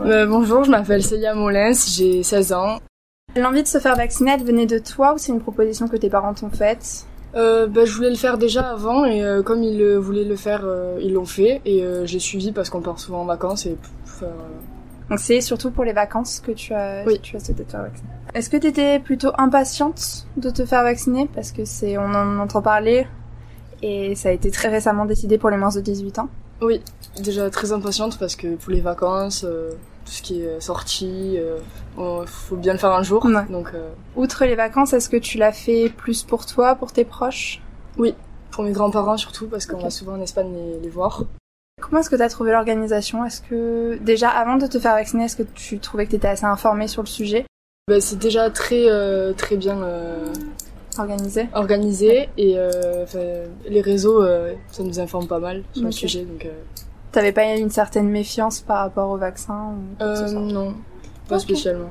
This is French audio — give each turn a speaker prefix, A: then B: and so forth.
A: Euh, bonjour, je m'appelle Célia Molins, j'ai 16 ans.
B: L'envie de se faire vacciner, elle venait de toi ou c'est une proposition que tes parents t'ont faite
A: Euh, bah, je voulais le faire déjà avant et euh, comme ils euh, voulaient le faire, euh, ils l'ont fait et euh, j'ai suivi parce qu'on part souvent en vacances et pff, euh,
B: Donc c'est surtout pour les vacances que tu as,
A: Oui.
B: tu as souhaité te faire vacciner. Est-ce que tu étais plutôt impatiente de te faire vacciner Parce que c'est, on en entend parler et ça a été très récemment décidé pour les moins de 18 ans.
A: oui, déjà très impatiente parce que pour les vacances, euh, tout ce qui est sortie, euh, on- faut bien le faire un jour.
B: Ouais.
A: Donc euh,
B: Outre les vacances, est-ce que tu l'as fait plus pour toi, pour tes proches
A: pour mes grands-parents surtout parce qu'on
B: Ok.
A: va souvent en Espagne les, les voir.
B: Comment est-ce que tu as trouvé l'organisation Est-ce que déjà avant de te faire vacciner, est-ce que tu trouvais que tu étais assez informée sur le sujet
A: Bah, c'est déjà très euh, très bien euh,
B: organisé
A: organisé et euh, 'fin, les réseaux, euh, ça nous informe pas mal sur le
B: Ok.
A: sujet. Donc euh,
B: T'avais pas une certaine méfiance par rapport au vaccin ou quoi que ce
A: euh,
B: soit
A: non, pas
B: Ok.
A: spécialement.